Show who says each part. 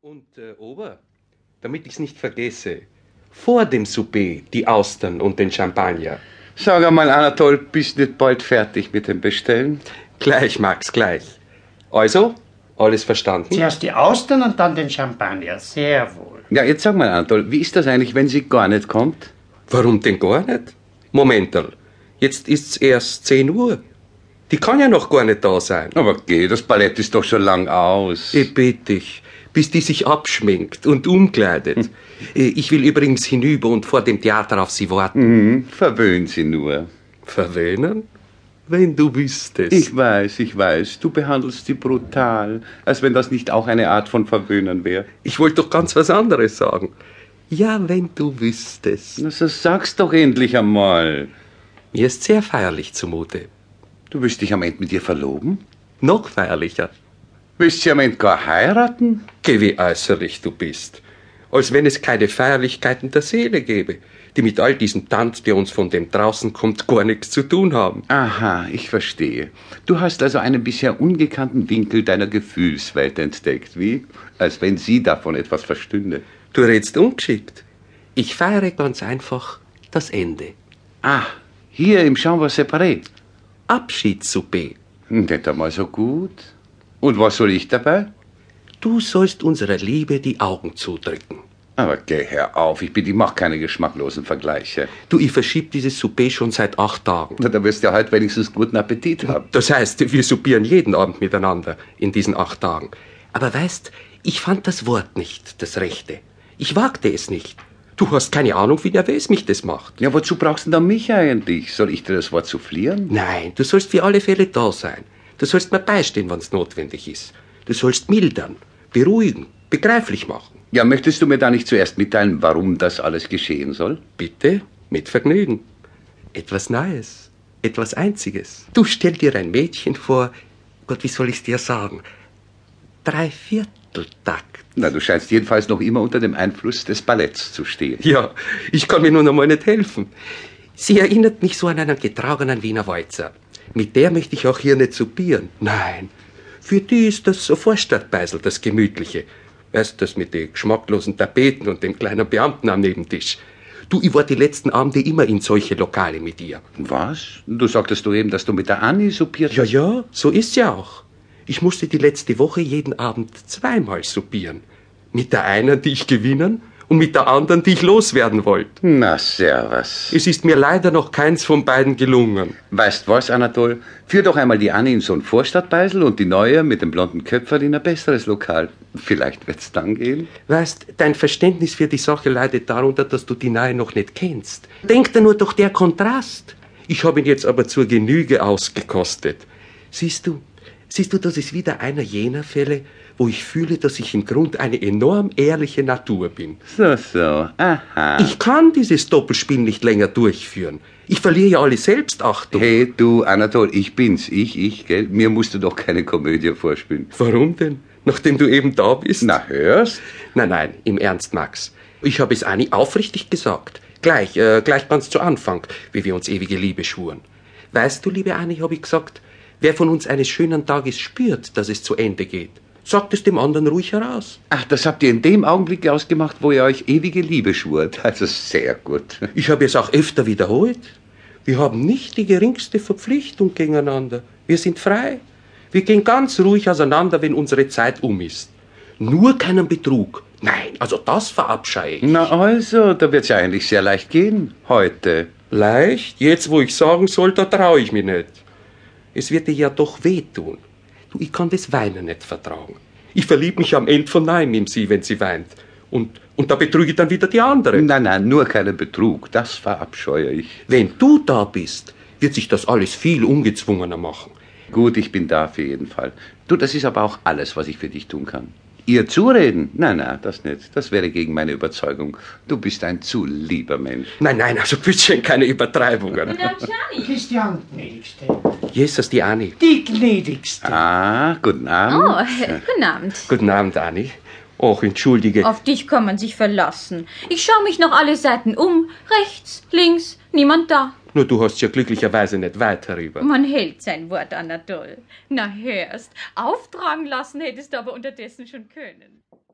Speaker 1: Und äh, Ober, damit ich's nicht vergesse, vor dem Souper die Austern und den Champagner.
Speaker 2: Sag einmal, Anatol, bist nicht bald fertig mit dem Bestellen?
Speaker 1: Gleich, Max, gleich. Also, alles verstanden?
Speaker 3: Zuerst die Austern und dann den Champagner. Sehr wohl.
Speaker 2: Ja, jetzt sag mal, Anatol, wie ist das eigentlich, wenn sie gar nicht kommt?
Speaker 1: Warum denn gar nicht? Momental, jetzt ist's erst 10 Uhr. Die kann ja noch gar nicht da sein.
Speaker 2: Aber geh, das Ballett ist doch schon lang aus.
Speaker 1: Ich bitte dich, bis die sich abschminkt und umkleidet. Äh, Ich will übrigens hinüber und vor dem Theater auf sie warten.
Speaker 2: Mhm, verwöhn sie nur.
Speaker 1: Verwöhnen? Wenn du wüsstest.
Speaker 2: Ich weiß, ich weiß, du behandelst sie brutal, als wenn das nicht auch eine Art von Verwöhnen wäre.
Speaker 1: Ich wollte doch ganz was anderes sagen. Ja, wenn du wüsstest.
Speaker 2: Na, so sag's doch endlich einmal.
Speaker 1: Mir ist sehr feierlich zumute.
Speaker 2: Du willst dich am Ende mit ihr verloben?
Speaker 1: Noch feierlicher.
Speaker 2: Willst sie am Ende gar heiraten?
Speaker 1: Geh, wie äußerlich du bist. Als wenn es keine Feierlichkeiten der Seele gäbe, die mit all diesem Tanz, der uns von dem draußen kommt, gar nichts zu tun haben.
Speaker 2: Aha, ich verstehe. Du hast also einen bisher ungekannten Winkel deiner Gefühlswelt entdeckt, wie? Als wenn sie davon etwas verstünde.
Speaker 1: Du redst ungeschickt. Ich feiere ganz einfach das Ende.
Speaker 2: Ah, hier im Chambre Separé.
Speaker 1: Abschiedssuppe.
Speaker 2: Nicht einmal so gut. Und was soll ich dabei?
Speaker 1: Du sollst unserer Liebe die Augen zudrücken.
Speaker 2: Aber geh, hör auf, ich bin, ich mach keine geschmacklosen Vergleiche.
Speaker 1: Du, ich verschieb dieses Souper schon seit acht Tagen.
Speaker 2: Na, da wirst du ja heute wenigstens guten Appetit haben.
Speaker 1: Das heißt, wir supieren jeden Abend miteinander in diesen acht Tagen. Aber weißt, ich fand das Wort nicht, das Rechte. Ich wagte es nicht. Du hast keine Ahnung, wie nervös mich das macht.
Speaker 2: Ja, wozu brauchst du denn da mich eigentlich? Soll ich dir das Wort soufflieren?
Speaker 1: Nein, du sollst für alle Fälle da sein. Du sollst mir beistehen, wenn's notwendig ist. Du sollst mildern, beruhigen, begreiflich machen.
Speaker 2: Ja, möchtest du mir da nicht zuerst mitteilen, warum das alles geschehen soll?
Speaker 1: Bitte, mit Vergnügen. Etwas Neues, etwas Einziges. Du stell dir ein Mädchen vor, Gott, wie soll ich's dir sagen? Dreivierteltakt.
Speaker 2: Na, du scheinst jedenfalls noch immer unter dem Einfluss des Balletts zu stehen.
Speaker 1: Ja, ich kann mir nun einmal nicht helfen. Sie erinnert mich so an einen getragenen Wiener Walzer. Mit der möchte ich auch hier nicht soupieren. Nein, für die ist das so Vorstadtbeisel, das Gemütliche. Weißt das mit den geschmacklosen Tapeten und dem kleinen Beamten am Nebentisch. Du, ich war die letzten Abende immer in solche Lokale mit ihr.
Speaker 2: Was? Du sagtest du eben, dass du mit der Annie soupiert
Speaker 1: Ja, ja, so ist ja auch. Ich musste die letzte Woche jeden Abend zweimal soupieren. Mit der einen, die ich gewinnen, und mit der anderen, die ich loswerden wollte.
Speaker 2: Na, servus.
Speaker 1: Es ist mir leider noch keins von beiden gelungen.
Speaker 2: Weißt was, Anatol? Führ doch einmal die Annie in so ein Vorstadtbeisel und die Neue mit dem blonden Köpferl in ein besseres Lokal. Vielleicht wird's dann gehen.
Speaker 1: Weißt, dein Verständnis für die Sache leidet darunter, dass du die Nahe noch nicht kennst. Denk dir nur doch der Kontrast. Ich habe ihn jetzt aber zur Genüge ausgekostet. Siehst du, siehst du, das ist wieder einer jener Fälle, wo ich fühle, dass ich im Grund eine enorm ehrliche Natur bin.
Speaker 2: So, so, aha.
Speaker 1: Ich kann dieses Doppelspiel nicht länger durchführen. Ich verliere ja alle Selbstachtung.
Speaker 2: Hey, du, Anatol, ich bin's. Ich, ich, gell? Mir musst du doch keine Komödie vorspielen.
Speaker 1: Warum denn? Nachdem du eben da bist?
Speaker 2: Na, hörst?
Speaker 1: Nein, nein, im Ernst, Max. Ich habe es Anni aufrichtig gesagt. Gleich, äh, gleich ganz zu Anfang, wie wir uns ewige Liebe schwuren. Weißt du, liebe Anni, habe ich gesagt, wer von uns eines schönen Tages spürt, dass es zu Ende geht, sagt es dem anderen ruhig heraus.
Speaker 2: Ach, das habt ihr in dem Augenblick ausgemacht, wo ihr euch ewige Liebe schwurt. Also sehr gut.
Speaker 1: Ich habe es auch öfter wiederholt. Wir haben nicht die geringste Verpflichtung gegeneinander. Wir sind frei. Wir gehen ganz ruhig auseinander, wenn unsere Zeit um ist. Nur keinen Betrug. Nein, also das verabscheue ich.
Speaker 2: Na also, da wird's ja eigentlich sehr leicht gehen. Heute.
Speaker 1: Leicht? Jetzt, wo ich sagen soll, da traue ich mich nicht. Es wird dir ja doch wehtun. Du, ich kann das Weinen nicht vertragen. Ich verlieb mich am Ende von Neim in sie, wenn sie weint. Und, und da betrüge ich dann wieder die andere.
Speaker 2: Nein, nein, nur keinen Betrug. Das verabscheue ich.
Speaker 1: Wenn du da bist, wird sich das alles viel ungezwungener machen.
Speaker 2: Gut, ich bin da für jeden Fall. Du, das ist aber auch alles, was ich für dich tun kann. Ihr zureden? Nein, nein, das nicht. Das wäre gegen meine Überzeugung. Du bist ein zu lieber Mensch.
Speaker 1: Nein, nein, also bitte keine Übertreibungen.
Speaker 4: Na, Gianni.
Speaker 3: Christian, gnädigste.
Speaker 1: Jesus, die Anni.
Speaker 3: Die gnädigste.
Speaker 2: Ah, guten Abend.
Speaker 4: Oh, guten Abend.
Speaker 1: Guten Abend, Anni. Och, entschuldige.
Speaker 4: Auf dich kann man sich verlassen. Ich schaue mich nach alle Seiten um. Rechts, links, niemand da.
Speaker 1: Nur du hast ja glücklicherweise nicht weit herüber.
Speaker 4: Man hält sein Wort, Anatol. Na hörst, auftragen lassen hättest du aber unterdessen schon können.